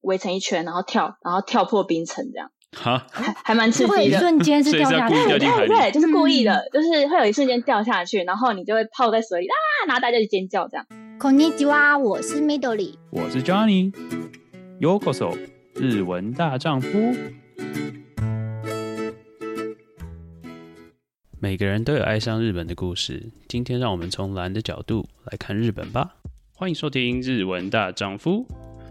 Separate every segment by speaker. Speaker 1: 围成一圈，然后跳，然后跳破冰层这样，
Speaker 2: 哈，
Speaker 1: 还还蛮刺
Speaker 3: 就会
Speaker 1: 激
Speaker 3: 一
Speaker 1: 的。嗯
Speaker 3: 瞬间是
Speaker 2: 所以
Speaker 3: 掉
Speaker 2: 是要
Speaker 3: 下
Speaker 2: 故意掉进
Speaker 3: 去的。
Speaker 1: 对
Speaker 2: 海里。
Speaker 1: 对，就是故意的，就是会有一瞬间掉下去，然后你就会泡在水里啊，然后大家就尖叫这样。
Speaker 3: 嗯
Speaker 4: こんにちは，嗯我是 Midori。
Speaker 2: 我是 Johnny Yokoso，日文大丈夫。每个人都有爱上日本的故事，今天让我们从蓝的角度来看日本吧。欢迎收听《日文大丈夫》，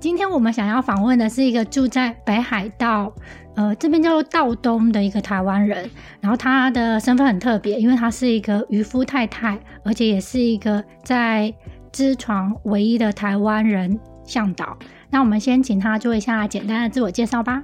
Speaker 3: 今天我们想要访问的是一个住在北海道，呃，这边叫做道东的一个台湾人。然后他的身份很特别，因为他是一个渔夫太太，而且也是一个在知床唯一的台湾人向导。那我们先请他做一下简单的自我介绍吧。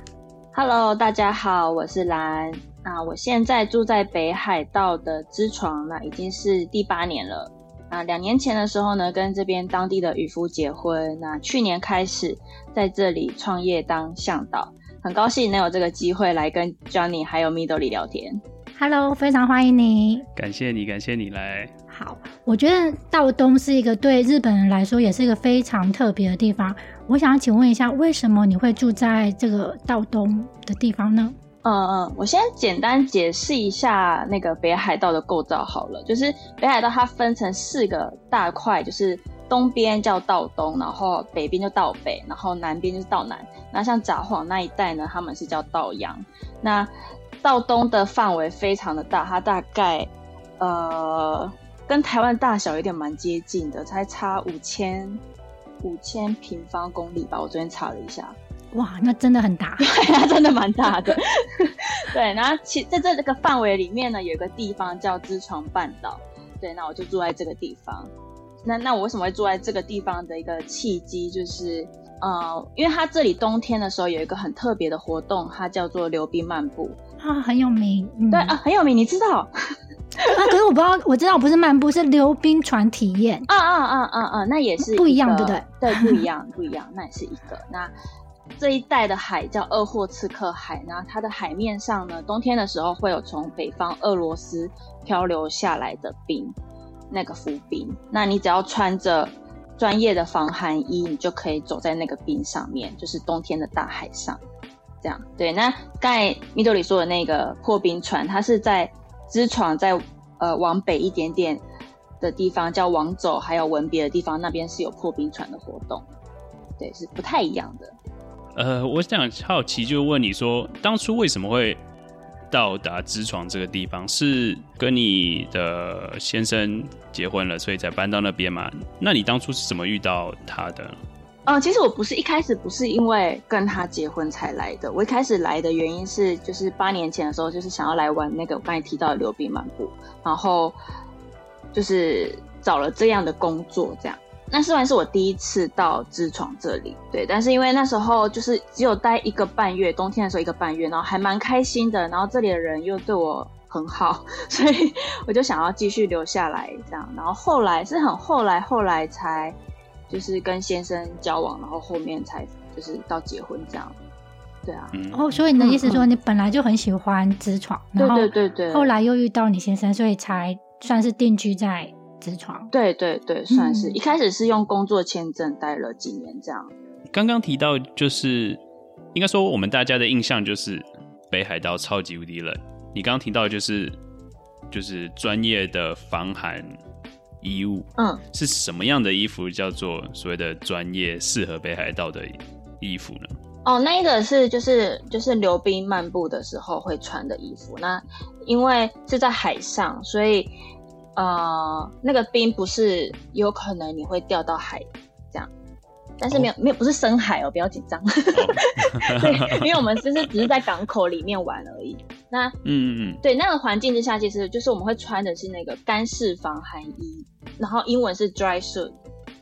Speaker 1: Hello，大家好，我是兰。那我现在住在北海道的知床，那已经是第八年了。啊，两年前的时候呢，跟这边当地的渔夫结婚。那去年开始在这里创业当向导，很高兴能有这个机会来跟 Johnny 还有 Midori 聊天。
Speaker 3: Hello，非常欢迎你。
Speaker 2: 感谢你，感谢你来。
Speaker 3: 好，我觉得道东是一个对日本人来说也是一个非常特别的地方。我想请问一下，为什么你会住在这个道东的地方呢？
Speaker 1: 嗯嗯，我先简单解释一下那个北海道的构造好了，就是北海道它分成四个大块，就是东边叫道东，然后北边就道北，然后南边就是道南。那像札幌那一带呢，他们是叫道阳。那道东的范围非常的大，它大概呃跟台湾大小有点蛮接近的，才差五千五千平方公里吧，我昨天查了一下。
Speaker 3: 哇，那真的很大。
Speaker 1: 对，它 真的蛮大的。对，然后其在这这个范围里面呢，有一个地方叫知床半岛。对，那我就住在这个地方。那那我为什么会住在这个地方的一个契机，就是呃，因为它这里冬天的时候有一个很特别的活动，它叫做溜冰漫步。
Speaker 3: 啊，很有名。嗯、
Speaker 1: 对
Speaker 3: 啊
Speaker 1: 啊，很有名，你知道？
Speaker 3: 可是我不知道，我知道不是漫步，是溜冰船体验。
Speaker 1: 啊啊啊啊啊！那也是
Speaker 3: 不一
Speaker 1: 个
Speaker 3: 样对不对？
Speaker 1: 对，不一样，不一样，那也是一个。那这一带的海叫鄂霍次克海，那它的海面上呢，冬天的时候会有从北方俄罗斯漂流下来的冰，那个浮冰。那你只要穿着专业的防寒衣，你就可以走在那个冰上面，就是冬天的大海上。这样对。那刚才米豆里说的那个破冰船，它是在支床在呃往北一点点的地方叫往走，还有文别的地方，那边是有破冰船的活动，对，是不太一样的。
Speaker 2: 呃，我想好奇就问你说，当初为什么会到达知床这个地方？是跟你的先生结婚了，所以才搬到那边嘛？那你当初是怎么遇到他的？
Speaker 1: 嗯，其实我不是一开始不是因为跟他结婚才来的，我一开始来的原因是，就是八年前的时候，就是想要来玩那个我刚才提到的溜冰漫步，然后就是找了这样的工作，这样。那虽然是我第一次到知床这里，对，但是因为那时候就是只有待一个半月，冬天的时候一个半月，然后还蛮开心的，然后这里的人又对我很好， 所以我就想要继续留下来这样。然后后来是很后来后来才就是跟先生交往，然后后面才就是到结婚这样。对啊，
Speaker 2: 嗯，
Speaker 3: 哦，所以你的意思说，你本来就很喜欢直床，
Speaker 1: 对
Speaker 3: 然后
Speaker 1: 对对对，
Speaker 3: 后来又遇到你先生，所以才算是定居在直床。
Speaker 1: 对对对，算是、
Speaker 3: 嗯
Speaker 1: 一开始是用工作签证待了几年这样。
Speaker 2: 刚刚提到就是，应该说我们大家的印象就是北海道超级无敌冷。你刚刚提到就是就是专业的防寒衣物
Speaker 1: 嗯，
Speaker 2: 是什么样的衣服叫做所谓的专业适合北海道的衣服呢？
Speaker 1: 哦，那一个是就是就是溜冰漫步的时候会穿的衣服。那因为是在海上，所以呃，那个冰不是有可能你会掉到海这样，但是没有、没有不是深海哦，不要紧张， 对， 因为我们就是只是在港口里面玩而已。那
Speaker 2: 嗯嗯
Speaker 1: 对那个环境之下，其实就是我们会穿的是那个干式防寒衣，然后英文是 dry suit。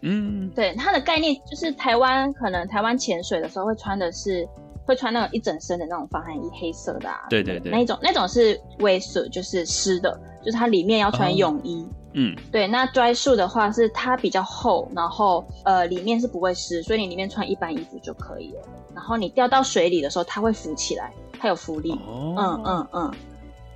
Speaker 2: 嗯
Speaker 1: 对，它的概念就是台湾可能台湾潜水的时候会穿的是会穿那种一整身的那种防寒衣，黑色的啊，
Speaker 2: 对对对
Speaker 1: 那一种那种是 w e s u 就是湿的，就是它里面要
Speaker 2: 哦
Speaker 1: 穿泳衣。
Speaker 2: 嗯
Speaker 1: 对，那 dry suit 的话是它比较厚，然后呃里面是不会湿，所以你里面穿一般衣服就可以了。然后你掉到水里的时候，它会浮起来，它有浮力。
Speaker 2: 嗯哦
Speaker 1: 嗯嗯嗯，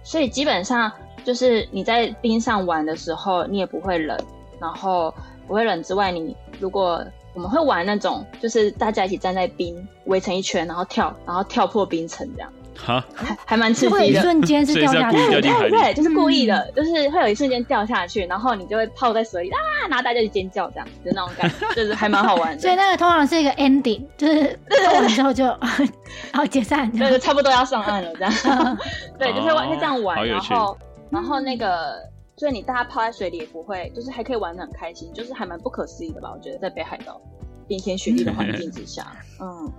Speaker 1: 所以基本上就是你在冰上玩的时候，你也不会冷，然后不会冷之外，你如果我我们会玩那种，就是大家一起站在冰围成一圈，然后跳，然后跳破冰层这样，
Speaker 2: 哈，
Speaker 1: 还还蛮刺
Speaker 3: 就会有
Speaker 1: 激
Speaker 3: 一
Speaker 1: 的。
Speaker 3: 瞬间是
Speaker 2: 所以
Speaker 3: 掉
Speaker 2: 是
Speaker 3: 下
Speaker 2: 要故
Speaker 3: 去
Speaker 2: 意掉
Speaker 3: 的。
Speaker 2: 进
Speaker 1: 对
Speaker 2: 海里。
Speaker 1: 对，就是故意的，就是会有一瞬间掉下去，然后你就会泡在水里啊，然后大家就尖叫这样，就那种感觉，就是还蛮好玩 的。
Speaker 3: 所以那个通常是一个 ending，就是做完之后就 然后解 散。
Speaker 1: 对，就差不多要上岸了，这样。 对，就是玩，
Speaker 2: 哦
Speaker 1: 会这样
Speaker 2: 好
Speaker 1: 玩，
Speaker 2: 有
Speaker 1: 然
Speaker 2: 趣
Speaker 1: 后，然后那个，
Speaker 3: 嗯
Speaker 1: 所以你大家泡在水里也不会，就是还可以玩的很开心，就是还蛮不可思议的吧？我觉得在北海道冰天雪地的环境之 下，嗯，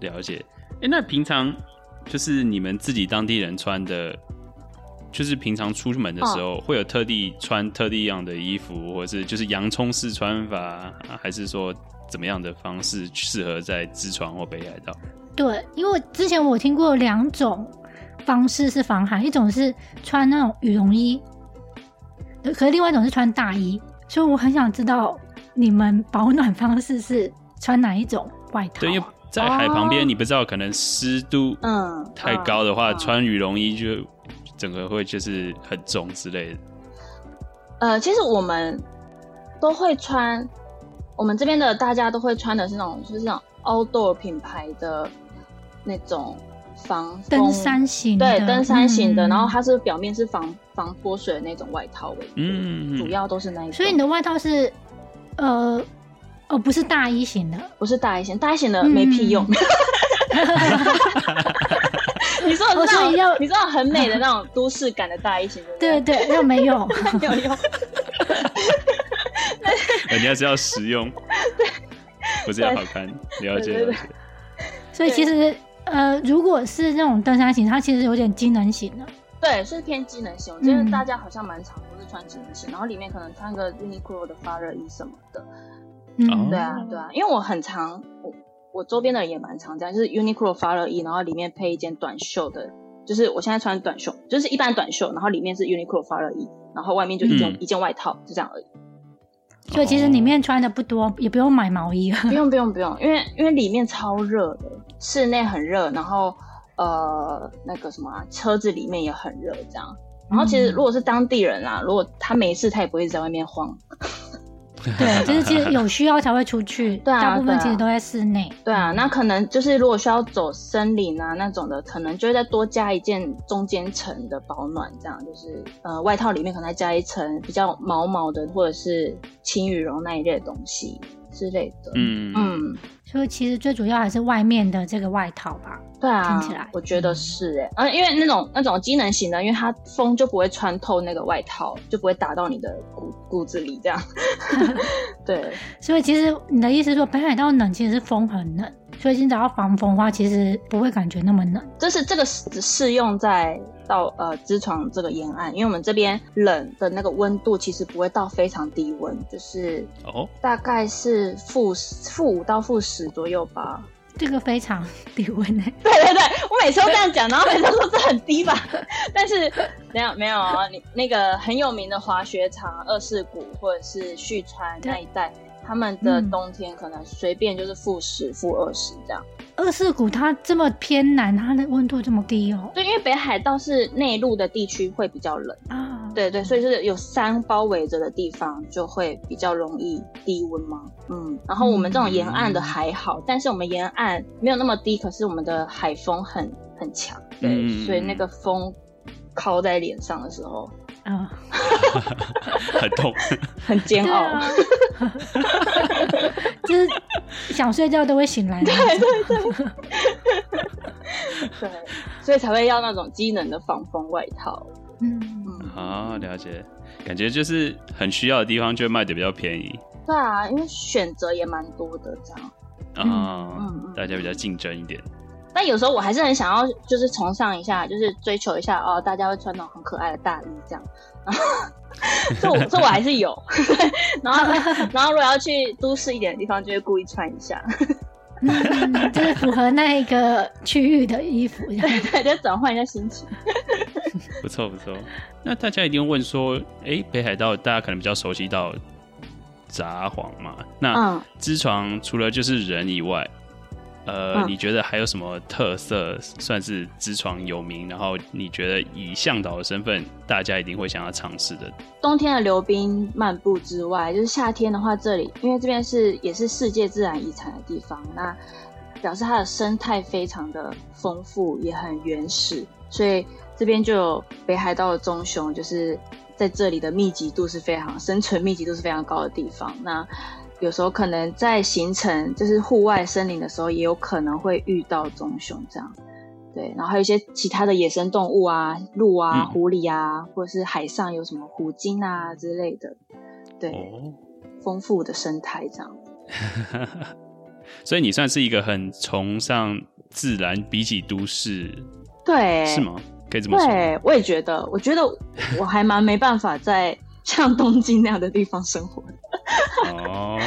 Speaker 2: 了解。哎、那平常就是你们自己当地人穿的，就是平常出门的时候、会有特地穿特地样的衣服，或者是就是洋葱式穿法，啊还是说怎么样的方式适合在支床或北海道？
Speaker 3: 对，因为我之前我听过两种方式是防寒，一种是穿那种羽绒衣，可是另外一种是穿大衣，所以我很想知道你们保暖方式是穿哪一种外套啊？
Speaker 2: 对，因为在海旁
Speaker 1: 哦
Speaker 2: 边，你不知道可能湿度
Speaker 1: 嗯
Speaker 2: 太高的话，
Speaker 1: 嗯嗯
Speaker 2: 穿羽绒衣就整个会就是很重之类的。
Speaker 1: 呃，其实我们都会穿，我们这边的大家都会穿的是那种，就是那种 outdoor 品牌的那种防风
Speaker 3: 登山型的，
Speaker 1: 对登山型的，
Speaker 3: 嗯
Speaker 1: 然后它是表面是防防泼水的那种外套为主，
Speaker 2: 嗯嗯嗯
Speaker 1: 主要都是那一种。
Speaker 3: 所以你的外套是呃哦不是大衣型的，
Speaker 1: 不是大一型，大一型
Speaker 3: 嗯
Speaker 1: 的没屁 用。 你说的是
Speaker 3: 我
Speaker 1: 那
Speaker 3: 是要
Speaker 1: 种，你知道很美的那种都市感的大一型，
Speaker 3: 对
Speaker 1: 对
Speaker 3: 对，那没有。
Speaker 1: 不对， 没有用。
Speaker 2: 人家是呃要 实用，不是要好看。了
Speaker 1: 对
Speaker 2: 解
Speaker 1: 对
Speaker 2: 了
Speaker 1: 对
Speaker 2: 解。
Speaker 3: 所以其实呃，如果是那种登山型，它其实有点机能型的，
Speaker 1: 对，是偏机能型。我觉得
Speaker 3: 嗯
Speaker 1: 大家好像蛮常都是穿机能型，然后里面可能穿个 Uniqlo 的发热衣什么的。
Speaker 2: 哦
Speaker 3: 嗯，
Speaker 1: 对啊，对啊，因为我很常，我我周边的人也蛮常这样，就是 Uniqlo 发热衣，然后里面配一件短袖的，就是我现在穿短袖，就是一般短袖，然后里面是 Uniqlo 发热衣，然后外面就一件、
Speaker 2: 嗯
Speaker 1: 一件外套，就这样而已。
Speaker 3: 所以其实里面穿的不多，也不用买毛衣了。
Speaker 1: 不用不用不用，因为因为里面超热的，室内很热，然后呃那个什么、啊，车子里面也很热这样。然后其实如果是当地人啊啦，如果他没事，他也不会在外面晃。
Speaker 3: 对，啊就是其实有需要才会出去，
Speaker 1: 对啊
Speaker 3: 大部分
Speaker 1: 对啊
Speaker 3: 其实都在室内。
Speaker 1: 对啊，那可能就是如果需要走森林啊那种的，可能就会再多加一件中间层的保暖，这样就是呃外套里面可能再加一层比较毛毛的或者是轻羽绒那一类的东西之类的。
Speaker 2: 嗯嗯，
Speaker 1: 嗯，
Speaker 3: 所以其实最主要还是外面的这个外套吧。
Speaker 1: 对啊，
Speaker 3: 听起来
Speaker 1: 我觉得是哎、嗯、因为那种那种机能型的，因为它风就不会穿透那个外套，就不会打到你的骨骨子里这 样。对，
Speaker 3: 所以其实你的意思是说，北海道冷其实是风很冷，所以你只要防风的话，其实不会感觉那么冷。
Speaker 1: 这是这个是只适用在到呃支床这个沿岸，因为我们这边冷的那个温度其实不会到非常低温，就是
Speaker 2: 哦，
Speaker 1: 大概是负负五到负十左右吧。
Speaker 3: 这个非常 欸低温诶、
Speaker 1: 对对对，我每次都这样讲，然后每次都说这很低 吧，但是没有没有啊，你那个很有名的滑雪场二世谷或者是旭川那一带，他们的
Speaker 3: 嗯
Speaker 1: 冬天可能随便就是负十、负二十这样。
Speaker 3: 二世谷它这么偏南，它的温度这么低哦、
Speaker 1: 对，因为北海道是内陆的地区会比较冷，
Speaker 3: 啊，
Speaker 1: 对对，所以就是有山包围着的地方就会比较容易低温嘛。嗯，然后我们这种沿岸的还好，但是我们沿岸没有那么低，可是我们的海风很很强，对，
Speaker 2: 嗯
Speaker 1: 所以那个风靠在脸上的时候
Speaker 3: 啊、
Speaker 2: 很痛。
Speaker 1: 很煎
Speaker 3: 对
Speaker 1: 熬。
Speaker 3: 啊， 就是想睡觉都会醒来的那种。
Speaker 1: 对，所以才会要那种机能的防风外套。
Speaker 3: 嗯，
Speaker 1: 嗯，
Speaker 2: 啊，了解，感觉就是很需要的地方就会卖的比较便宜
Speaker 1: 对啊，因为选择也蛮多的这样。
Speaker 2: 啊，
Speaker 1: 嗯嗯
Speaker 2: 大家比较竞争一点。
Speaker 1: 但有时候我还是很想要，就是崇尚一下，就是追求一下哦，大家会穿那种很可爱的大衣这样。然后这我这我还是有， 然后然后如果要去都市一点的地方，就会故意穿一下，
Speaker 3: 嗯就是符合那一个区域的衣服这样。
Speaker 1: 对，就转换一下心情。
Speaker 2: 不错不错。 那大家一定问说，诶，北海道大家可能比较熟悉到札幌嘛？那
Speaker 1: 嗯，
Speaker 2: 支床除了就是人以外，呃，
Speaker 1: 嗯
Speaker 2: 你觉得还有什么特色算是知床有名？然后你觉得以向导的身份，大家一定会想要尝试的？
Speaker 1: 冬天的溜冰漫步之外，就是夏天的话，这里因为这边是也是世界自然遗产的地方，那表示它的生态非常的丰富，也很原始，所以这边就有北海道的棕熊，就是在这里的密集度是非常生存密集度是非常高的地方。那有时候可能在行程就是户外森林的时候，也有可能会遇到棕熊这样。对，然后还有一些其他的野生动物啊，鹿啊、
Speaker 2: 嗯
Speaker 1: 狐狸啊，或者是海上有什么虎鲸啊之类的，对，
Speaker 2: 哦，
Speaker 1: 丰富的生态这样。
Speaker 2: 所以你算是一个很崇尚自然，比起都市
Speaker 1: 对，
Speaker 2: 是？吗？可以这么说吗。
Speaker 1: 对，我也觉得，我觉得我还蛮没办法在像东京那样的地方生活 的。
Speaker 2: 哦，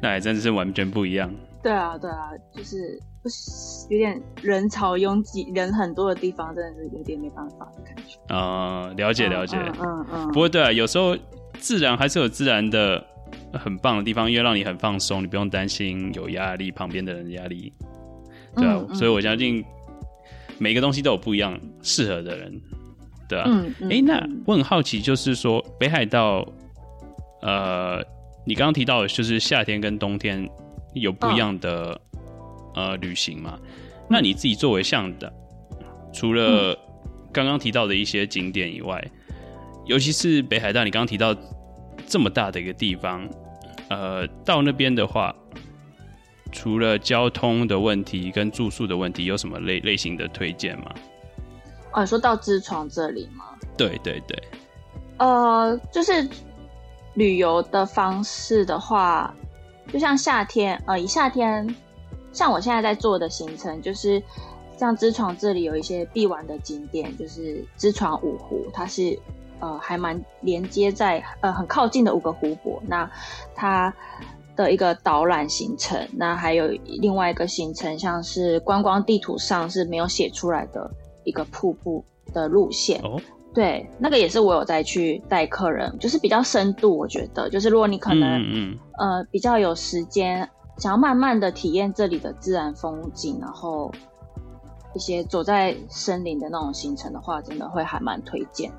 Speaker 2: 那还真的是完全不一样。
Speaker 1: 对啊，对啊，就是不是有点人潮拥挤、人很多的地方，真的是有点没办法的感觉。
Speaker 2: 呃，了解了解。
Speaker 1: 嗯嗯嗯。
Speaker 2: 不过对啊，有时候自然还是有自然的呃很棒的地方，因为让你很放松，你不用担心有压力，旁边的人的压力。对啊，
Speaker 1: 嗯嗯
Speaker 2: 所以我相信每个东西都有不一样适合的人。对啊，
Speaker 1: 嗯嗯，
Speaker 2: 诶，那
Speaker 1: 嗯
Speaker 2: 我很好奇，就是说北海道，呃，你刚刚提到的就是夏天跟冬天有不一样的、呃旅行嘛？那你自己作为向导，除了刚刚提到的一些景点以外，尤其是北海道，你刚刚提到这么大的一个地方，呃，到那边的话。除了交通的问题跟住宿的问题，有什么类类型的推荐吗？
Speaker 1: 哦，你说到支床这里吗？
Speaker 2: 对对对，
Speaker 1: 呃，就是旅游的方式的话，就像夏天，呃，以夏天，像我现在在做的行程，就是像知床这里有一些必玩的景点，就是知床五湖，它是呃还蛮连接在呃很靠近的五个湖泊，那它的一个导览行程，那还有另外一个行程，像是观光地图上是没有写出来的一个瀑布的路线，
Speaker 2: 哦，
Speaker 1: 对，那个也是我有在去带客人，就是比较深度，我觉得，就是如果你可能、
Speaker 2: 嗯嗯
Speaker 1: 呃比较有时间，想要慢慢的体验这里的自然风景，然后一些走在森林的那种行程的话，真的会还蛮推荐。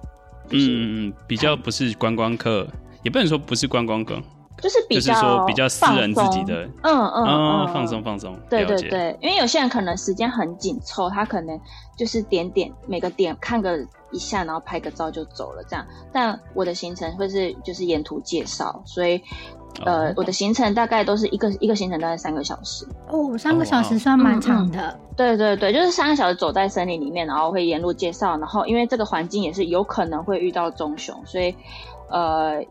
Speaker 1: 就是、
Speaker 2: 嗯嗯嗯，比较不是观光客，也不能说不是观光客，
Speaker 1: 就是比
Speaker 2: 就是
Speaker 1: 较
Speaker 2: 说比较私人自己的，
Speaker 1: 放松，嗯嗯
Speaker 2: 啊
Speaker 1: 嗯，
Speaker 2: 放松放松，
Speaker 1: 对
Speaker 2: 了
Speaker 1: 对
Speaker 2: 解，
Speaker 1: 对，因为有些人可能时间很紧凑，他可能就是点点每个点看个一下，然后拍个照就走了这样。但我的行程会是就是沿途介绍，所以呃，
Speaker 2: 哦
Speaker 1: 我的行程大概都是一个一个行程大概三个小时。
Speaker 3: 哦，三个小时算蛮长的，
Speaker 1: 对对对，就是三个小时走在森林里面，然后会沿路介绍，然后因为这个环境也是有可能会遇到棕熊，所以呃，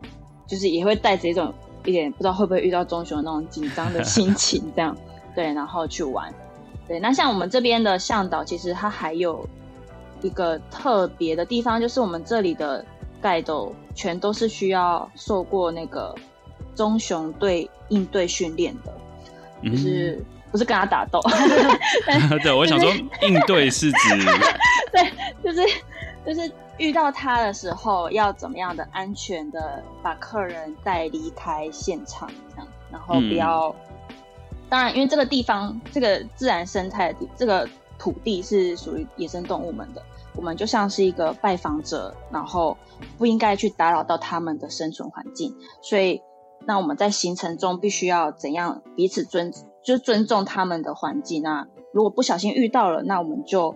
Speaker 1: 就是也会带着一种一点不知道会不会遇到棕熊的那种紧张的心情，这样对，然后去玩。对，那像我们这边的向导，其实它还有一个特别的地方，就是我们这里的盖斗全都是需要受过那个棕熊对应对训练的，
Speaker 2: 嗯
Speaker 1: 就是不是跟他打斗。
Speaker 2: 对，我想说应对是指
Speaker 1: 就是就是遇到他的时候，要怎么样的安全的把客人带离开现场，这样，然后不要。当然，因为这个地方这个自然生态的地，这个土地是属于野生动物们的，我们就像是一个拜访者，然后不应该去打扰到他们的生存环境，所以。那我们在行程中必须要怎样彼此尊，就尊重他们的环境啊，如果不小心遇到了，那我们就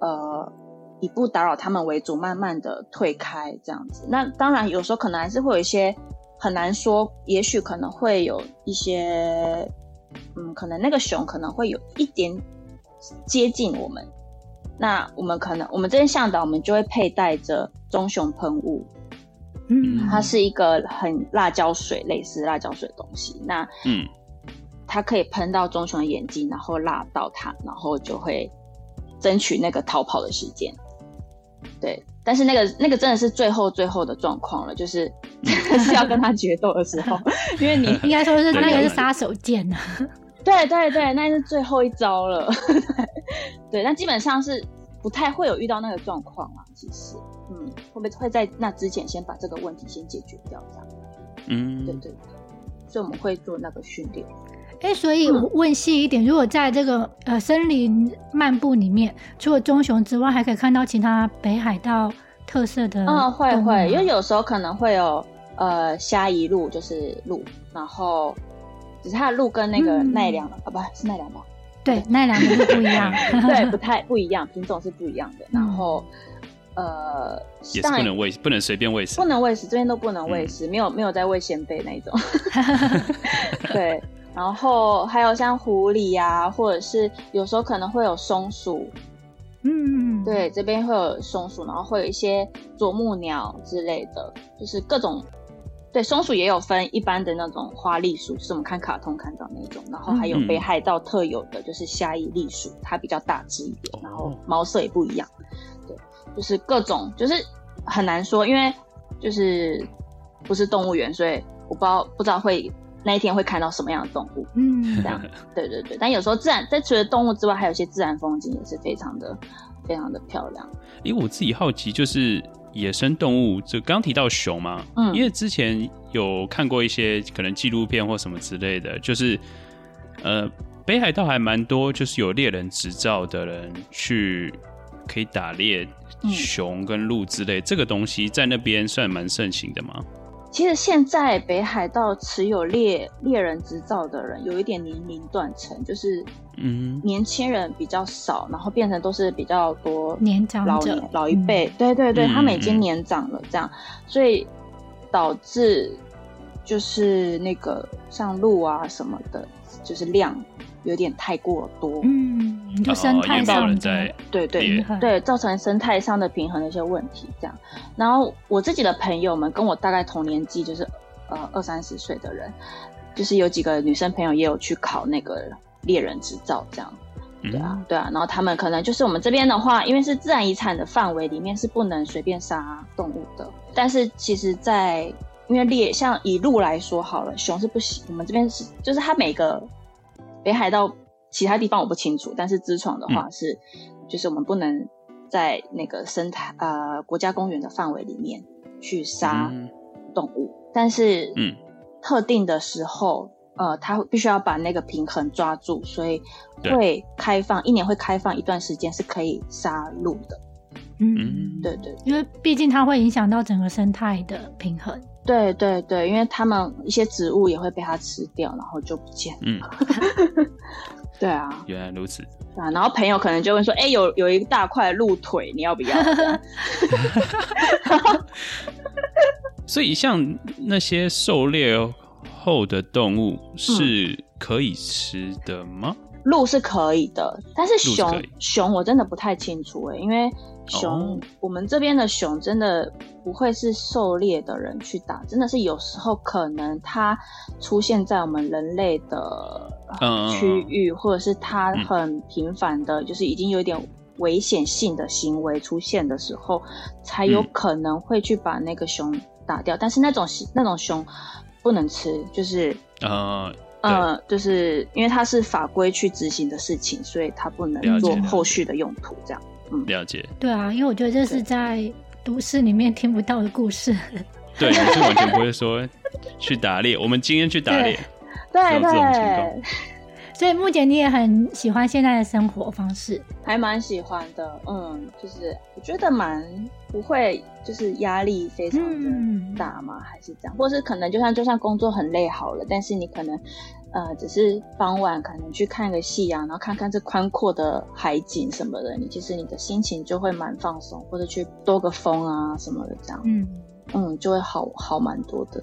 Speaker 1: 呃以不打扰他们为主，慢慢的退开这样子。那当然有时候可能还是会有一些很难说，也许可能会有一些嗯，可能那个熊可能会有一点接近我们。那我们可能，我们这边向导，我们就会佩戴着棕熊喷雾，
Speaker 3: 嗯，
Speaker 1: 它是一个很辣椒水，类似辣椒水的东西。那
Speaker 2: 嗯
Speaker 1: 它可以喷到棕熊的眼睛，然后辣到它，然后就会争取那个逃跑的时间。对，但是那个那个真的是最后最后的状况了，就是 真的是要跟它决斗的时候， 因为你
Speaker 3: 应该说是
Speaker 2: 对
Speaker 3: 那
Speaker 2: 对
Speaker 3: 个
Speaker 2: 对
Speaker 3: 是杀手锏啊，
Speaker 1: 对对对，那是最后一招了。 对，但基本上是不太会有遇到那个状况啊，其实，嗯，会不会会在那之前先把这个问题先解决掉？这样，对
Speaker 2: 嗯
Speaker 1: 对对，所以我们会做那个训练。
Speaker 3: 哎，所以我问细一点，如果在这个呃森林漫步里面，除了棕熊之外，还可以看到其他北海道特色的动物吗。
Speaker 1: 嗯，会会，因为有时候可能会有呃虾夷鹿，就是鹿，然后只是它的鹿跟那个
Speaker 3: 嗯
Speaker 1: 奈良、啊，不是奈 良吧？。
Speaker 3: 对奈良的鹿不一样
Speaker 1: 对，不太不一样，品种是不一样的。然
Speaker 3: 嗯
Speaker 1: 后呃，
Speaker 2: 也是
Speaker 1: 当
Speaker 2: 不
Speaker 1: 然
Speaker 2: 能嗯喂，不能随便喂食
Speaker 1: 不。能喂食，这边都不能喂食，没有没有在喂鲜贝那一 种。对，然后还有像狐狸呀、或者是有时候可能会有松鼠，
Speaker 3: 嗯，
Speaker 1: 对，这边会有松鼠，然后会有一些啄木鸟之类的，就是各种。对，松鼠也有分一般的那种花栗鼠，就是我们看卡通看到那种，然后还有
Speaker 2: 嗯
Speaker 1: 北海道特有的，就是虾夷栗鼠，它比较大只一点，然后
Speaker 2: 哦
Speaker 1: 毛色也不一样。对，就是各种，就是很难说，因为就是不是动物园，所以我不知道不知道会那一天会看到什么样的动物。
Speaker 3: 嗯
Speaker 1: 这 样。对对对，但有时候自然在除了动物之外，还有一些自然风景也是非常的非常的漂亮。
Speaker 2: 因为我自己好奇，就是野生动物，就刚提到熊嘛，
Speaker 1: 嗯
Speaker 2: 因为之前有看过一些可能纪录片或什么之类的，就是呃，北海道还蛮多，就是有猎人执照的人去可以打猎
Speaker 1: 嗯
Speaker 2: 熊跟鹿之类，这个东西在那边算蛮盛行的嘛。
Speaker 1: 其实现在北海道持有猎猎人执照的人有一点年龄断层，就是
Speaker 2: 嗯，
Speaker 1: 年轻人比较少，然后变成都是比较多
Speaker 3: 年长
Speaker 1: 老
Speaker 3: 者
Speaker 1: 年老一辈，对对对，
Speaker 2: 嗯
Speaker 1: 他们已
Speaker 2: 嗯
Speaker 1: 经年长了，这样，所以导致就是那个像鹿啊什么的，就是量有点太过多，
Speaker 3: 嗯，
Speaker 1: 哦
Speaker 3: 就生态
Speaker 2: 也没有
Speaker 3: 上
Speaker 2: 哦人
Speaker 3: 的
Speaker 2: 在。
Speaker 1: 对对
Speaker 2: 也
Speaker 1: 对，造成生态上的平衡的一些问题，这样。然后我自己的朋友们跟我大概同年纪，就是呃二三十岁的人，就是有几个女生朋友也有去考那个猎人执照，这样。
Speaker 2: 嗯
Speaker 1: 对啊，对啊。然后他们可能就是我们这边的话，因为是自然遗产的范围里面是不能随便杀动物的，但是其实在，因为猎像以鹿来说好了，熊是不行，我们这边是就是它每个北海道其他地方我不清楚，但是支床的话是、就是我们不能在那个生态呃国家公园的范围里面去杀
Speaker 2: 嗯
Speaker 1: 动物，但是
Speaker 2: 嗯
Speaker 1: 特定的时候，呃，它会必须要把那个平衡抓住，所以
Speaker 2: 对
Speaker 1: 会开放一年会开放一段时间是可以杀鹿的，
Speaker 3: 嗯，
Speaker 1: 对对
Speaker 3: 因为毕竟它会影响到整个生态的平衡。
Speaker 1: 对对对，因为他们一些植物也会被它吃掉，然后就不见了。
Speaker 2: 嗯，
Speaker 1: 对啊，
Speaker 2: 原来如此。
Speaker 1: 对啊，然后朋友可能就会说，哎、有有一大块鹿腿，你要不要？
Speaker 2: 所以像那些狩猎后的动物
Speaker 1: 嗯
Speaker 2: 是可以吃的吗？
Speaker 1: 鹿是可以的，但是
Speaker 2: 是
Speaker 1: 熊
Speaker 2: 可以
Speaker 1: 熊我真的不太清楚哎、因为熊、
Speaker 2: 哦
Speaker 1: 我们这边的熊真的不会是狩猎的人去打，真的是有时候可能它出现在我们人类的
Speaker 2: 嗯嗯嗯嗯
Speaker 1: 区域，或者是它很频繁的，就是已经有点危险性的行为出现的时候，才有
Speaker 2: 嗯
Speaker 1: 可能会去把那个熊打掉。但是那种那种熊不能吃，就是
Speaker 2: 呃，
Speaker 1: 呃，就是因为它是法规去执行的事情，所以它不
Speaker 2: 了
Speaker 1: 能
Speaker 2: 解
Speaker 1: 做
Speaker 2: 了解
Speaker 1: 后续的用途。这样，
Speaker 2: 了解，
Speaker 3: 对啊，因为我觉得这是
Speaker 1: 对
Speaker 3: 在都市里面听不到的故事。
Speaker 2: 对，你是完全不会说去打猎。我们今天去打猎，
Speaker 1: 对
Speaker 2: 有这种情
Speaker 1: 对
Speaker 2: 况，
Speaker 3: 所以木姐你也很喜欢现在的生活方式。
Speaker 1: 还蛮喜欢的。嗯，就是我觉得蛮不会，就是压力非常的
Speaker 3: 嗯，
Speaker 1: 大嘛，还是这样，或是可能就算就算工作很累好了，但是你可能。呃，只是傍晚可能去看个夕阳，然后看看这宽阔的海景什么的，你其实你的心情就会蛮放松，或者去兜个风啊什么的，这样，
Speaker 3: 嗯，
Speaker 1: 嗯，就会好好蛮多的。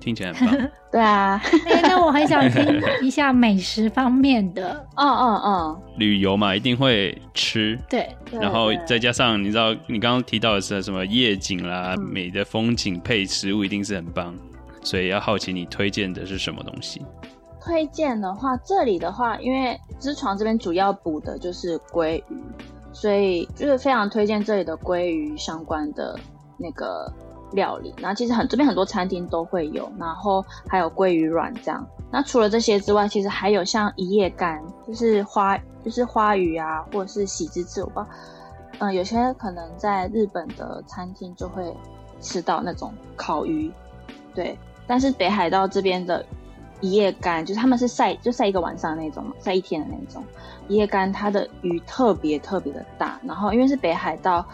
Speaker 2: 听起来很 棒。
Speaker 1: 对啊，
Speaker 3: 哎、那我很想听一下美食方面的。
Speaker 1: 嗯嗯嗯，
Speaker 2: 旅游嘛，一定会吃。
Speaker 3: 对，
Speaker 1: 对
Speaker 2: 然后
Speaker 1: 对
Speaker 2: 再加上你知道，你刚刚提到的是什么夜景啦、
Speaker 1: 嗯
Speaker 2: 美的风景配食物，一定是很棒。所以要好奇你推荐的是什么东西？
Speaker 1: 推荐的话，这里的话，因为之床这边主要补的就是鲑鱼，所以就是非常推荐这里的鲑鱼相关的那个料理。然后其实很这边很多餐厅都会有，然后还有鲑鱼卵这样。那除了这些之外，其实还有像一夜干，就是花就是花鱼啊，或者是喜之翅，我不知道，嗯、有些可能在日本的餐厅就会吃到那种烤鱼，对。但是北海道这边的一夜干，就是他们是晒就晒一个晚上那种嘛，晒一天的那种。一夜干它的鱼特别特别的大，然后因为是北海道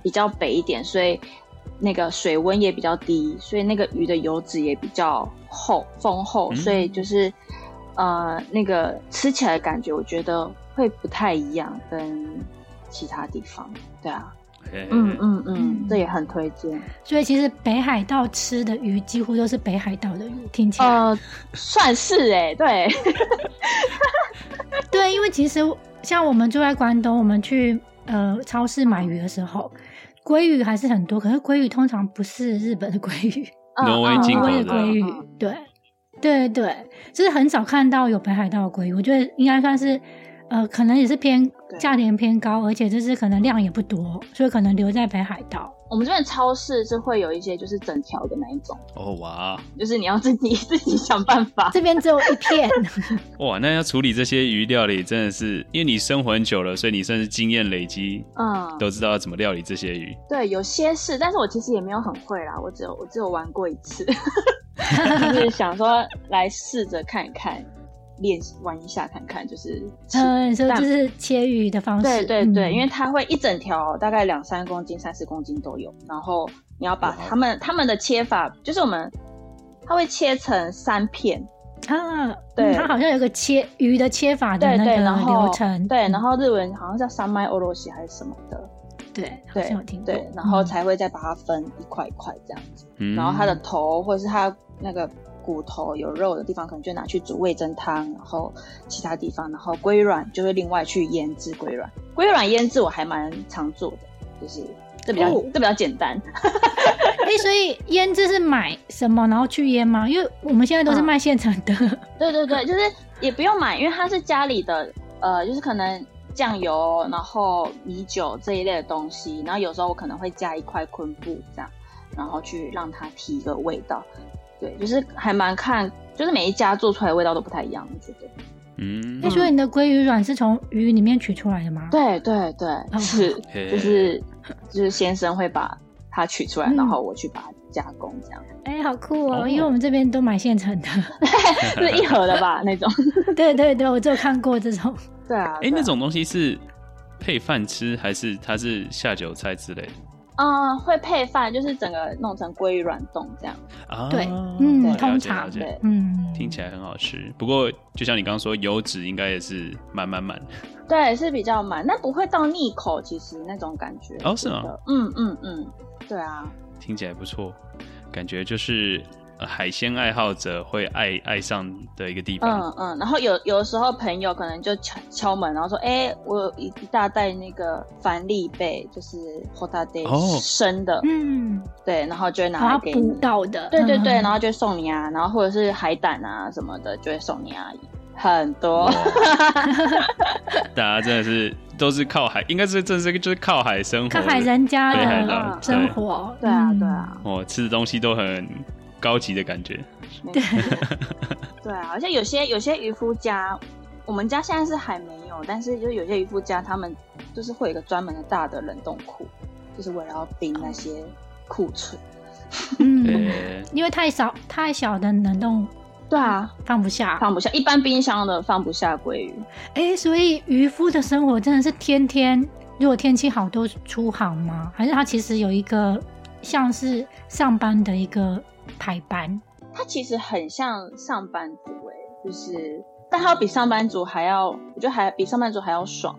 Speaker 1: 比较北一点，所以那个水温也比较低，所以那个鱼的油脂也比较厚丰厚，
Speaker 2: 嗯
Speaker 1: 所以就是呃那个吃起来的感觉我觉得会不太一样，跟其他地方。对啊，
Speaker 2: 嘿
Speaker 1: 嗯嗯嗯
Speaker 3: 嗯，
Speaker 1: 这也很推荐。
Speaker 3: 所以其实北海道吃的鱼几乎都是北海道的鱼，听起来。
Speaker 1: 呃，算是哎、对，
Speaker 3: 对，因为其实像我们住在关东，我们去呃超市买鱼的时候，鲑鱼还是很多，可是鲑鱼通常不是日本的鲑鱼，
Speaker 2: 挪威
Speaker 1: 嗯
Speaker 2: 进口
Speaker 3: 挪
Speaker 2: 的
Speaker 3: 威的鲑鱼，对，对对，就是很少看到有北海道的鲑鱼，我觉得应该算是。呃，可能也是偏
Speaker 1: 对
Speaker 3: 价钱偏高，而且就是可能量也不多，所以可能留在北海道。
Speaker 1: 我们这边超市是会有一些就是整条的那一种，
Speaker 2: 哦哇
Speaker 1: 就是你要自己 自己想办法。
Speaker 3: 这边只有一片，
Speaker 2: 哇，那要处理这些鱼料理真的是，因为你生活很久了，所以你算是经验累积，
Speaker 1: 嗯，
Speaker 2: 都知道要怎么料理这些鱼。
Speaker 1: 对，有些是，但是我其实也没有很会啦，我只有我只有玩过一 次，就是想说来试着看看，练习玩一下看看，就是吃。
Speaker 3: 呃，你说
Speaker 1: 但
Speaker 3: 就是切鱼的方式。
Speaker 1: 对对对，
Speaker 3: 嗯
Speaker 1: 因为它会一整条，大概两三公斤、三四公斤都有。然后你要把
Speaker 2: 哇哦
Speaker 1: 它们它们的切法，就是我们它会切成三片，
Speaker 3: 啊，
Speaker 1: 对
Speaker 3: 嗯它好像有个切鱼的切法的
Speaker 1: 对
Speaker 3: 那
Speaker 1: 对，
Speaker 3: 个
Speaker 1: 然后
Speaker 3: 流程，
Speaker 1: 对，然
Speaker 3: 嗯
Speaker 1: 后日文好像叫三麦欧罗西还是什么的，
Speaker 3: 对，好
Speaker 1: 对
Speaker 3: 像有听过，
Speaker 1: 对，然后
Speaker 3: 嗯
Speaker 1: 才会再把它分一块一块这样子，
Speaker 2: 嗯，
Speaker 1: 然后它的头或者是它那个骨头有肉的地方，可能就拿去煮味噌汤，然后其他地方，然后龟卵就会另外去腌制龟卵，龟卵腌制我还蛮常做的，就是这比较、
Speaker 3: 哦
Speaker 1: 这比较简单，
Speaker 3: 哎，所以腌制是买什么然后去腌吗？因为我们现在都
Speaker 1: 嗯
Speaker 3: 是卖现成的，
Speaker 1: 对对对，就是也不用买，因为它是家里的，呃，就是可能酱油，然后米酒这一类的东西，然后有时候我可能会加一块昆布这样，然后去让它提一个味道。对，就是还蛮看，就是每一家做出来的味道都不太一样，我觉得。
Speaker 2: 嗯
Speaker 3: 哎，，所以你的鲑鱼卵是从鱼里面取出来的吗？
Speaker 1: 对对
Speaker 2: 哦
Speaker 1: 对， 是
Speaker 2: 嘿
Speaker 1: 就是就是先生会把它取出来，
Speaker 3: 嗯
Speaker 1: 然后我去把它加工这样，
Speaker 3: 哎，好酷
Speaker 2: 哦
Speaker 3: 哦，因为我们这边都买现成的，
Speaker 1: 就是一盒的吧那种。
Speaker 3: 对对对，我就看过这种，
Speaker 1: 对啊，
Speaker 2: 哎、
Speaker 1: 对啊
Speaker 2: 那种东西是配饭吃，还是它是下酒菜之类的
Speaker 1: 嗯会配饭，就是整个弄成鲑鱼软冻这样。
Speaker 2: 啊？
Speaker 3: 对嗯
Speaker 2: 了解
Speaker 3: 通
Speaker 2: 了
Speaker 3: 常
Speaker 2: 解
Speaker 1: 对
Speaker 3: 嗯，
Speaker 2: 听起来很好吃。不过就像你刚刚说，油脂应该也是满满满。
Speaker 1: 对，是比较慢，但不会到腻口，其实那种感觉。
Speaker 2: 哦
Speaker 1: 我
Speaker 2: 是
Speaker 1: 觉
Speaker 2: 吗
Speaker 1: 得？嗯嗯嗯，对啊，
Speaker 2: 听起来不错，感觉就是、呃海鲜爱好者会爱爱上的一个地方。
Speaker 1: 嗯嗯。然后有有时候朋友可能就敲敲门，然后说：“哎、我有一一大袋那个帆立贝，就是后大袋
Speaker 2: 哦
Speaker 1: 生的，
Speaker 3: 嗯，
Speaker 1: 对，然后就会拿
Speaker 3: 把它
Speaker 1: 来给你
Speaker 3: 补。到的，
Speaker 1: 对对对，
Speaker 3: 嗯
Speaker 1: 然后就会送你啊，然后或者是海胆啊什么的，就会送你啊，很多
Speaker 2: 哇。 大家真的是都是靠海，应该是真是就是靠海生活的，
Speaker 3: 看海人家
Speaker 2: 北
Speaker 1: 海
Speaker 3: 的
Speaker 1: 道
Speaker 3: 生活，
Speaker 1: 对啊
Speaker 3: 嗯
Speaker 1: 对啊，
Speaker 2: 哦，吃的东西都很高级的感觉。
Speaker 1: 没错 对啊，而且有些有些渔夫家，我们家现在是还没有，但是就是有些渔夫家，他们就是会有一个专门的大的冷冻库，就是为了要冰那些库存。
Speaker 3: 嗯。
Speaker 2: 诶
Speaker 3: 因为太少太小的冷冻
Speaker 1: 对啊，
Speaker 3: 放不下，
Speaker 1: 放不下，一般冰箱的放不下鲑鱼。
Speaker 3: 哎、所以渔夫的生活真的是天天，如果天气好都出航吗？还是他其实有一个像是上班的一个排班？
Speaker 1: 它其实很像上班族哎、就是，但它要比上班族还要，我觉得还比上班族还要爽。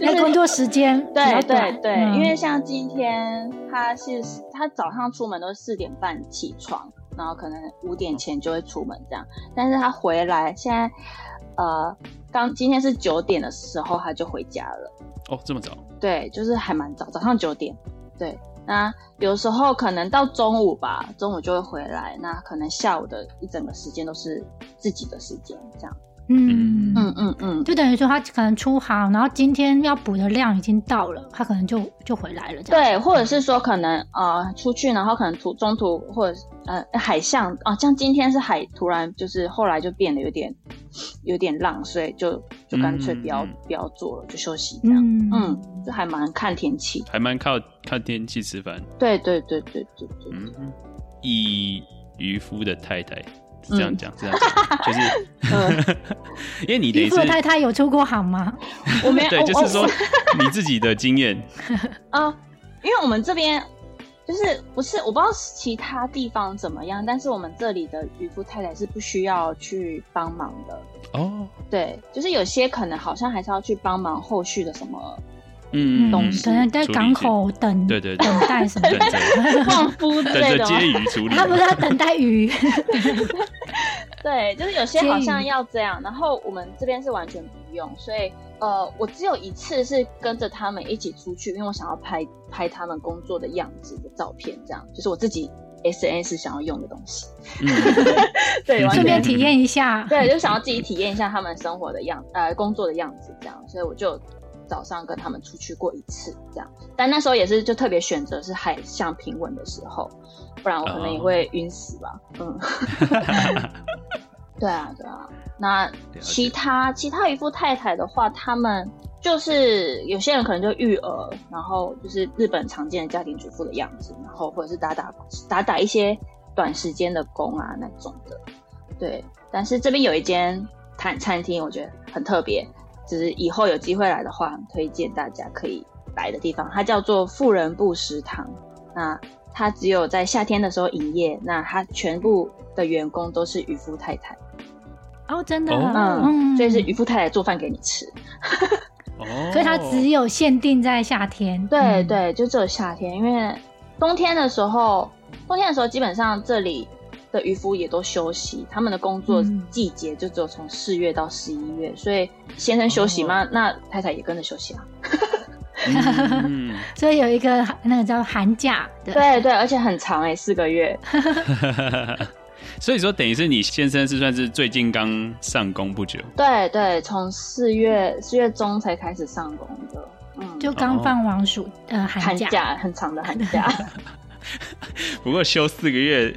Speaker 3: 那工作时间比较
Speaker 1: 对对
Speaker 3: 短
Speaker 1: 对，
Speaker 3: 嗯
Speaker 1: 因为像今天他是他早上出门都是四点半起床，然后可能五点前就会出门这样，但是他回来现在呃刚今天是九点的时候他就回家了，
Speaker 2: 哦，这么早，
Speaker 1: 对，就是还蛮早，早上九点，对。那有时候可能到中午吧，中午就会回来。那可能下午的一整个时间都是自己的时间，这样。
Speaker 3: 嗯
Speaker 1: 嗯嗯嗯，
Speaker 3: 就等于说他可能出航，然后今天要补的量已经到了，他可能就就回来了这样。
Speaker 1: 对，或者是说可能呃出去，然后可能途中途或者呃海象哦、像今天是海，突然就是后来就变得有点有点浪，所以就就干脆不要、
Speaker 2: 嗯嗯
Speaker 1: 不要做了，就休息这样。
Speaker 3: 嗯
Speaker 1: 嗯，就还蛮看天气。
Speaker 2: 还蛮靠靠天气吃饭。嗯
Speaker 1: 对对对对对对，
Speaker 2: 嗯，以渔夫的太太。是这样
Speaker 3: 嗯
Speaker 2: 讲，这样讲，就是 因为你等于
Speaker 3: 渔
Speaker 2: 是
Speaker 3: 夫嗯的太太有出过航吗？
Speaker 1: 我没
Speaker 2: 对，
Speaker 1: 我
Speaker 2: 就是说
Speaker 1: 我
Speaker 2: 你自己的经验，
Speaker 1: 呃，因为我们这边就是不是我不知道其他地方怎么样，但是我们这里的渔夫太太是不需要去帮忙的。
Speaker 2: 哦，
Speaker 1: 对，就是有些可能好像还是要去帮忙后续的什么
Speaker 2: 嗯，嗯
Speaker 1: 懂
Speaker 2: 嗯
Speaker 1: 事
Speaker 3: 可能在
Speaker 2: 处理
Speaker 3: 港
Speaker 2: 一些
Speaker 3: 口等，
Speaker 2: 对 对对
Speaker 3: 等待什么
Speaker 2: 等
Speaker 3: 的。
Speaker 2: 着
Speaker 1: 旺夫之
Speaker 2: 等
Speaker 1: 类
Speaker 2: 着
Speaker 1: 的吗
Speaker 2: 接？鱼处理，
Speaker 3: 他不是要等待鱼，
Speaker 1: 对，就是有些好像要这样，然后我们这边是完全不用，所以呃，我只有一次是跟着他们一起出去，因为我想要拍拍他们工作的样子的照片，这样就是我自己 S N S 想要用的东西。
Speaker 2: 嗯
Speaker 1: 对，完
Speaker 3: 顺
Speaker 1: 全
Speaker 3: 便体验一下。
Speaker 1: 对，就想要自己体验一下他们生活的样，呃，工作的样子这样，所以我就早上跟他们出去过一次这样，但那时候也是就特别选择是海象平稳的时候，不然我可能也会晕死吧。嗯， 对啊，对啊。那
Speaker 2: 解
Speaker 1: 其他其他渔夫太太的话，他们就是有些人可能就育儿，然后就是日本常见的家庭主妇的样子，然后或者是打打打打一些短时间的工啊那种的。对，但是这边有一间餐餐厅，我觉得很特别，就是以后有机会来的话，很推荐大家可以来的地方。它叫做富人部食堂，那它只有在夏天的时候营业，那它全部的员工都是渔夫太太，
Speaker 3: 哦，真的，
Speaker 2: 哦
Speaker 1: 嗯，所以是渔夫太太做饭给你吃。
Speaker 2: 哦，
Speaker 3: 可是它只有限定在夏天。
Speaker 1: 对
Speaker 3: 嗯，
Speaker 1: 对，就只有夏天，因为冬天的时候，冬天的时候基本上这里的渔夫也都休息，他们的工作
Speaker 3: 嗯
Speaker 1: 季节就只有从四月到十一月，所以先生休息
Speaker 3: 哦
Speaker 1: 嘛，那太太也跟着休息啊。
Speaker 2: 嗯，嗯
Speaker 3: 所以有一个那个叫寒假的。
Speaker 1: 对对，而且很长哎、四个月。
Speaker 2: 所以说等于是你先生是算是最近刚上工不久，
Speaker 1: 对对，从四月四月中才开始上工的，嗯，
Speaker 3: 就
Speaker 2: 哦
Speaker 3: 刚放完暑、呃
Speaker 1: 寒
Speaker 3: 寒假，
Speaker 1: 假很长的寒 假。
Speaker 2: 不过休四个月，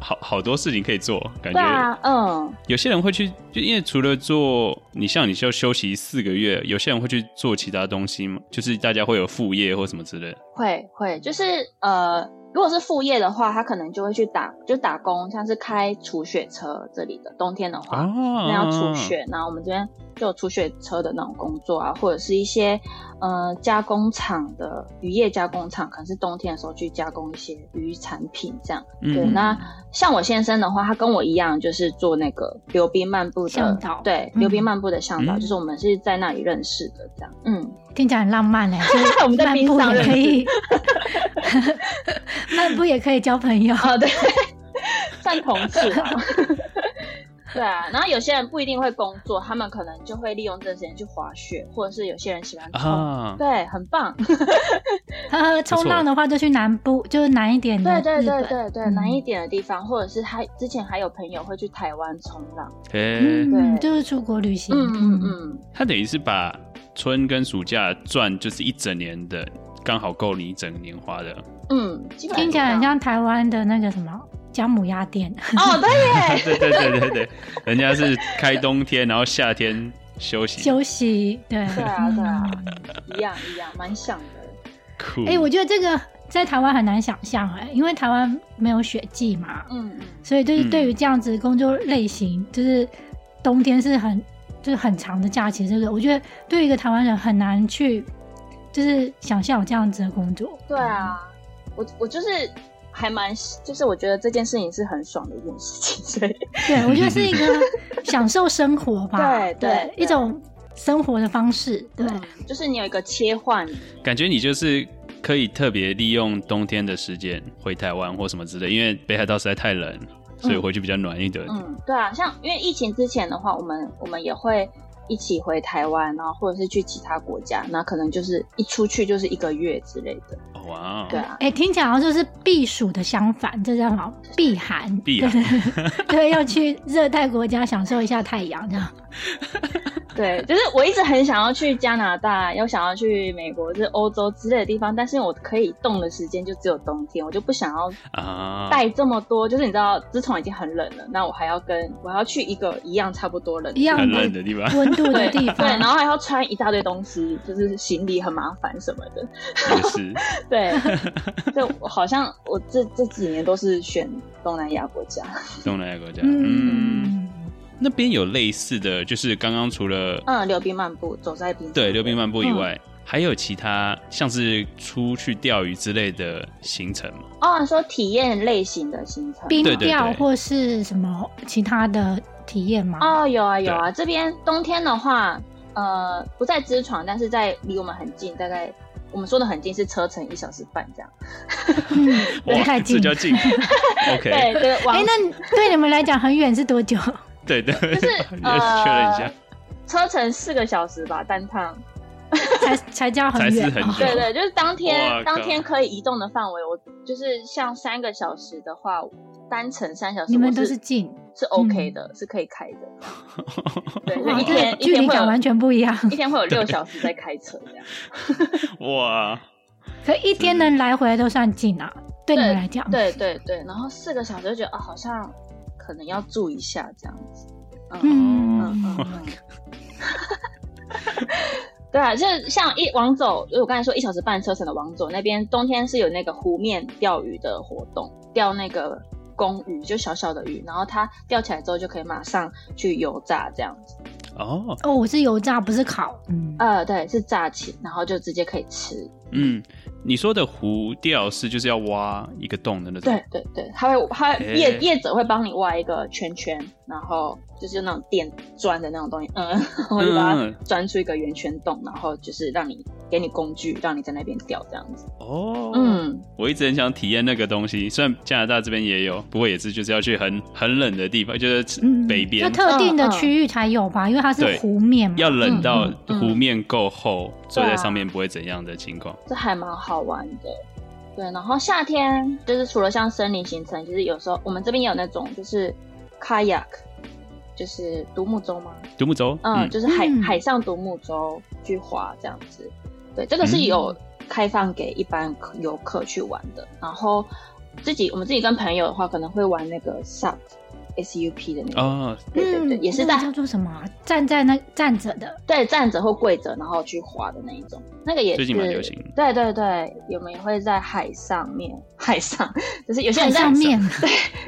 Speaker 2: 好好多事情可以做，感
Speaker 1: 对
Speaker 2: 觉、
Speaker 1: 啊，嗯，
Speaker 2: 有些人会去，就因为除了做你像你就休息四个月，有些人会去做其他东西嘛，就是大家会有副业或什么之类的。
Speaker 1: 会
Speaker 2: 嗯
Speaker 1: 会，就是呃，如果是副业的话，他可能就会去打就打工，像是开除雪车这里的，冬天的话，
Speaker 2: 哦
Speaker 1: 那啊要除雪，然后我们这边就有除雪车的那种工作啊，或者是一些呃加工厂的渔业加工厂，可能是冬天的时候去加工一些鱼产品这样。对，
Speaker 2: 嗯
Speaker 1: 那像我先生的话，他跟我一样，就是做那个溜冰漫步的
Speaker 3: 向导
Speaker 1: 对，
Speaker 3: 嗯
Speaker 1: 溜冰漫步的向导，
Speaker 2: 嗯
Speaker 1: 就是我们是在那里认识的这样。嗯，
Speaker 3: 听起来很浪 漫嘞、就是
Speaker 1: 我们在
Speaker 3: 漫
Speaker 1: 冰
Speaker 3: 步
Speaker 1: 上
Speaker 3: 也
Speaker 1: 认识
Speaker 3: 可以， 漫步也可以交朋友。
Speaker 1: 哦，对，算同事啊。 对啊，然后有些人不一定会工作，他们可能就会利用这时间去滑雪，或者是有些人喜欢冲，
Speaker 2: 啊，
Speaker 1: 对，很棒。
Speaker 3: 嗯呵呵，冲浪的话就去南部，就是南一点的
Speaker 1: 对对
Speaker 3: 日
Speaker 1: 对
Speaker 3: 本。
Speaker 1: 对对，
Speaker 3: 嗯
Speaker 1: 难一点的地方，或者是他之前还有朋友会去台湾冲浪。
Speaker 2: 诶、
Speaker 3: 嗯，
Speaker 1: 对
Speaker 3: 就是出国旅行。
Speaker 1: 嗯嗯嗯，
Speaker 2: 他等于是把春跟暑假赚就是一整年的，刚好够你一整年花的。
Speaker 1: 嗯，基本
Speaker 3: 听起来很
Speaker 1: 上
Speaker 3: 像台湾的那个什么姜母鸭店，
Speaker 1: 哦，对耶，
Speaker 2: 对对对对对，人家是开冬天，然后夏天休息，
Speaker 3: 休息。对，
Speaker 1: 对啊对啊
Speaker 3: 嗯
Speaker 1: 一样一样，蛮像的。
Speaker 2: 酷。
Speaker 3: 哎、我觉得这个在台湾很难想象哎、因为台湾没有雪季嘛，
Speaker 1: 嗯嗯，
Speaker 3: 所以就是
Speaker 2: 嗯
Speaker 3: 对于这样子工作类型，就是冬天是很就是很长的假期，这个我觉得对于一个台湾人很难去就是想象有这样子的工作。
Speaker 1: 对啊，我我就是还蛮，就是我觉得这件事情是很爽的一件事情，所以
Speaker 3: 对，我觉得是一 个享受生活吧，
Speaker 1: 对对对
Speaker 3: 一种生活的方式。对，
Speaker 1: 嗯就是你有一个切换，
Speaker 2: 感觉你就是可以特别利用冬天的时间回台湾或什么之类，因为北海道实在太冷，所以回去比较暖一点。
Speaker 1: 嗯，对啊，像因为疫情之前的话，我们我们也会一起回台湾，然后或者是去其他国家，那可能就是一出去就是一个月之类的。
Speaker 2: 哦哇、哦
Speaker 1: 对啊，
Speaker 3: 哎、听起来好像就是避暑的相反，这叫什么？避寒。
Speaker 2: 避寒
Speaker 3: 对，对，要去热带国家享受一下太阳，这样。
Speaker 1: 对，就是我一直很想要去加拿大，又想要去美国，就是欧洲之类的地方，但是我可以动的时间就只有冬天，我就不想要
Speaker 2: 啊，
Speaker 1: 带这么多。就是你知道，自从已经很冷了，那我还要跟我还要去一个一样差不多冷的
Speaker 3: 一样
Speaker 2: 很冷的地方
Speaker 3: 温度的
Speaker 1: 对
Speaker 3: 地
Speaker 1: 对，然
Speaker 3: 方。
Speaker 1: 后还要穿一大堆东西，就是行李很麻烦什么的。
Speaker 2: 也是，
Speaker 1: 对，就我好像我这这几年都是选东南亚国家。
Speaker 2: 东南亚国家，嗯，
Speaker 3: 嗯，
Speaker 2: 那边有类似的，就是刚刚除了
Speaker 1: 嗯，溜冰漫步，走在冰上
Speaker 2: 对溜冰漫步以外，还有其他像是出去钓鱼之类的行程吗？
Speaker 1: 哦，你说体验类型的行程。
Speaker 3: 冰
Speaker 2: 对对
Speaker 3: 钓
Speaker 2: 对
Speaker 3: 或是什么其他的体验吗？
Speaker 1: 哦，有啊有啊，这边冬天的话，呃，不在支床，但是在离我们很近，大概我们说的很近是车程一小时半这样。
Speaker 3: 嗯，
Speaker 2: 哇，
Speaker 3: 太近
Speaker 2: 这。叫近，OK，
Speaker 1: 对对，往
Speaker 3: 哎，那对你们来讲很远是多久？
Speaker 2: 对对，就是 确认一下
Speaker 1: 呃，车程四个小时吧，单趟。
Speaker 3: 才才叫很
Speaker 2: 才是
Speaker 3: 远
Speaker 2: 很
Speaker 3: 哦？
Speaker 2: 久
Speaker 1: 对对，就是当
Speaker 2: 哇
Speaker 1: 天当
Speaker 2: 靠
Speaker 1: 天可以移动的范围，我就是像三个小时的话，单程三小时，
Speaker 3: 你们
Speaker 1: 我
Speaker 3: 都是
Speaker 1: 是
Speaker 3: 近，
Speaker 1: 是 OK 的，是可以开的。对，所
Speaker 3: 哇，
Speaker 1: 以一
Speaker 3: 这
Speaker 1: 天
Speaker 3: 个距离感完全不一样。
Speaker 1: 一天会有一天会有六小时在开车这样。
Speaker 2: 哇，
Speaker 3: 可一天能来回都算近啊，对你们来讲。
Speaker 1: 对对对，然后四个小时就觉得啊、好像可能要注意一下这样子。嗯嗯嗯
Speaker 3: 嗯，
Speaker 1: 嗯。 对啊，就是像一往走，就是我刚才说一小时半车程的往走那边，冬天是有那个湖面钓鱼的活动，钓那个公鱼，就小小的鱼，然后它钓起来之后就可以马上去油炸这样子。
Speaker 2: 哦，
Speaker 3: 哦，我是油炸，不是烤。嗯，
Speaker 1: 呃，对，是炸起，然后就直接可以吃。
Speaker 2: 嗯，你说的湖钓是就是要挖一个洞的那种，
Speaker 1: 对对对，它会它会业、
Speaker 2: 诶
Speaker 1: 业者会帮你挖一个圈圈，然后就是那种电钻的那种东西，嗯， 然后就把它
Speaker 2: 嗯
Speaker 1: 钻出一个圆圈洞，然后就是让你给你工具，让你在那边钓这样子。
Speaker 2: 哦，
Speaker 1: 嗯，
Speaker 2: 我一直很想体验那个东西，虽然加拿大这边也有，不过也是就是要去很很冷的地方，就是
Speaker 3: 嗯
Speaker 2: 北
Speaker 3: 就
Speaker 2: 边，
Speaker 3: 特定的区域才有吧，因为它是
Speaker 2: 对
Speaker 3: 湖面嘛。
Speaker 2: 要冷到
Speaker 3: 嗯
Speaker 1: 嗯
Speaker 2: 湖面够厚，坐
Speaker 1: 对
Speaker 2: 在
Speaker 1: 啊
Speaker 2: 上面不会怎样的情况。
Speaker 1: 这还蛮好玩的。对，然后夏天就是除了像森林行程，就是有时候我们这边也有那种就是 kayak，就是独木舟吗？
Speaker 2: 独木舟，
Speaker 1: 嗯，就是海、
Speaker 3: 嗯
Speaker 1: 海上独木舟去划这样子。对，这个
Speaker 2: 嗯
Speaker 1: 是有开放给一般客游客去玩的。然后自己我们自己跟朋友的话，可能会玩那个 SUP S U P 的那个，
Speaker 2: 哦，
Speaker 1: 对对对，
Speaker 3: 嗯
Speaker 1: 也是
Speaker 3: 那
Speaker 1: 在
Speaker 3: 个叫做什么啊？站在那站着的，
Speaker 1: 对站着或跪着然后去划的那一种，那个也是
Speaker 2: 最近蛮流行
Speaker 1: 对对对，我们也会在海上面，海上就是有些
Speaker 3: 海
Speaker 1: 人在
Speaker 3: 上面，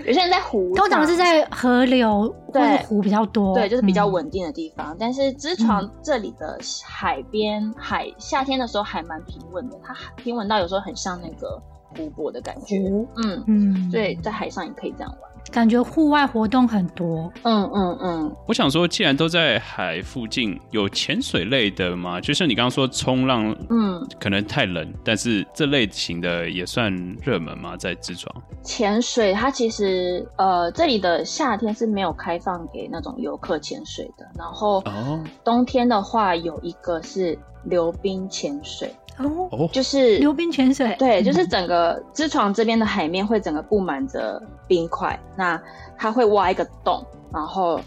Speaker 1: 有些人在湖上，
Speaker 3: 通常是在河流或
Speaker 1: 对
Speaker 3: 是湖比较多。
Speaker 1: 对，就是比较
Speaker 3: 嗯。
Speaker 1: 稳定的地方。但是支床这里的海边海，夏天的时候还蛮平稳的，它平稳到有时候很像那个湖泊的感觉。嗯，
Speaker 3: 嗯，
Speaker 1: 对，，在海上也可以这样玩。
Speaker 3: 感觉户外活动很多，
Speaker 1: 嗯嗯嗯，
Speaker 2: 我想说，既然都在海附近，有潜水类的吗？就像你刚刚说冲浪，
Speaker 1: 嗯，
Speaker 2: 可能太冷，但是这类型的也算热门吗？在自床
Speaker 1: 潜水它其实呃，这里的夏天是没有开放给那种游客潜水的。然后
Speaker 2: 哦
Speaker 1: 冬天的话，有一个是溜冰潜水，
Speaker 3: 哦，
Speaker 2: 哦，
Speaker 1: 就是
Speaker 3: 溜冰潜水，
Speaker 1: 对，就是
Speaker 3: 嗯
Speaker 1: 整个支床这边的海面会整个布满着冰块，那它会挖一个洞，然后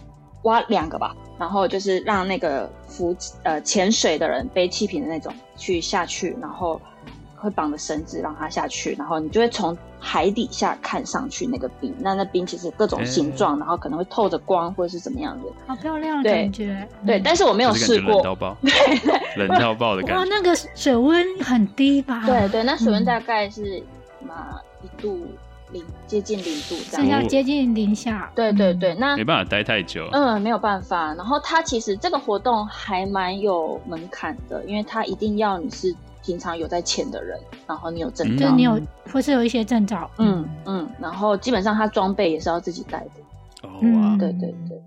Speaker 1: 挖两个吧，然后就是让那个浮呃潜水的人背气瓶的那种去下去，然后会绑着绳子让他下去，然后你就会从海底下看上去那个冰，那那冰其实各种形状，然后可能会透着光或者是怎么样的，
Speaker 3: 好漂亮的
Speaker 1: 对
Speaker 3: 感觉。
Speaker 1: 对，
Speaker 3: 嗯
Speaker 1: 但是我没有
Speaker 2: 就是
Speaker 1: 试
Speaker 2: 感觉冷
Speaker 1: 过，
Speaker 2: 到爆，
Speaker 1: 对对
Speaker 2: 冷到爆的
Speaker 3: 哇，
Speaker 2: 感觉。
Speaker 3: 那个水温很低吧？
Speaker 1: 对对，那水温
Speaker 3: 嗯
Speaker 1: 大概是嘛一度零，接近零度这
Speaker 3: 剩
Speaker 1: 样。
Speaker 3: 下接近零下。
Speaker 1: 对对对，那
Speaker 2: 嗯没办法待太久，
Speaker 1: 嗯没有办法。然后它其实这个活动还蛮有门槛的，因为它一定要你是平常有在潜的人，然后你有证
Speaker 2: 嗯
Speaker 3: 就
Speaker 1: 照
Speaker 3: 是，你有或是有一些证照。
Speaker 1: 嗯嗯，然后基本上它装备也是要自己带的。
Speaker 2: 哦哇
Speaker 3: 嗯，，
Speaker 1: 对对对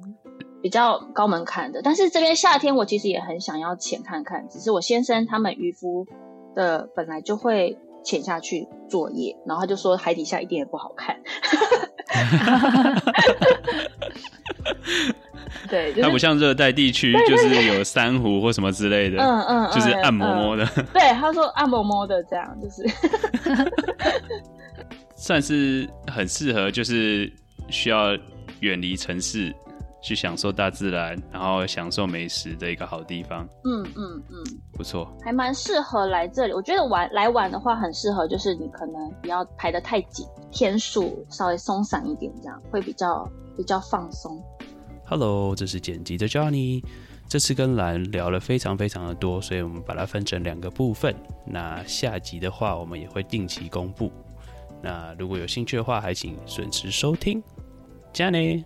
Speaker 1: 比较高门槛的。但是这边夏天我其实也很想要潜看看，只是我先生他们渔夫的本来就会潜下去作业，然后他就说海底下一点也不好看。对，就
Speaker 2: 它
Speaker 1: 是
Speaker 2: 不像热带地区，就是有珊瑚或什么之类的，
Speaker 1: 嗯嗯，嗯
Speaker 2: 就是按摩摩
Speaker 1: 嗯
Speaker 2: 的，
Speaker 1: 嗯对，他说按摩摩的这样，就是
Speaker 2: 算是很适合，就是需要远离城市去享受大自然，然后享受美食的一个好地方，
Speaker 1: 嗯嗯嗯，
Speaker 2: 不错。
Speaker 1: 还蛮适合来这里。我觉得玩来玩的话，很适合就是你可能不要排得太紧，天数稍微松散一点，这样会比较比较放松。
Speaker 2: Hello，这是剪辑的 Johnny。这次跟兰聊了非常非常的多，所以我们把它分成两个部分。那下集的话，我们也会定期公布。那如果有兴趣的话，还请准时收听。加呢。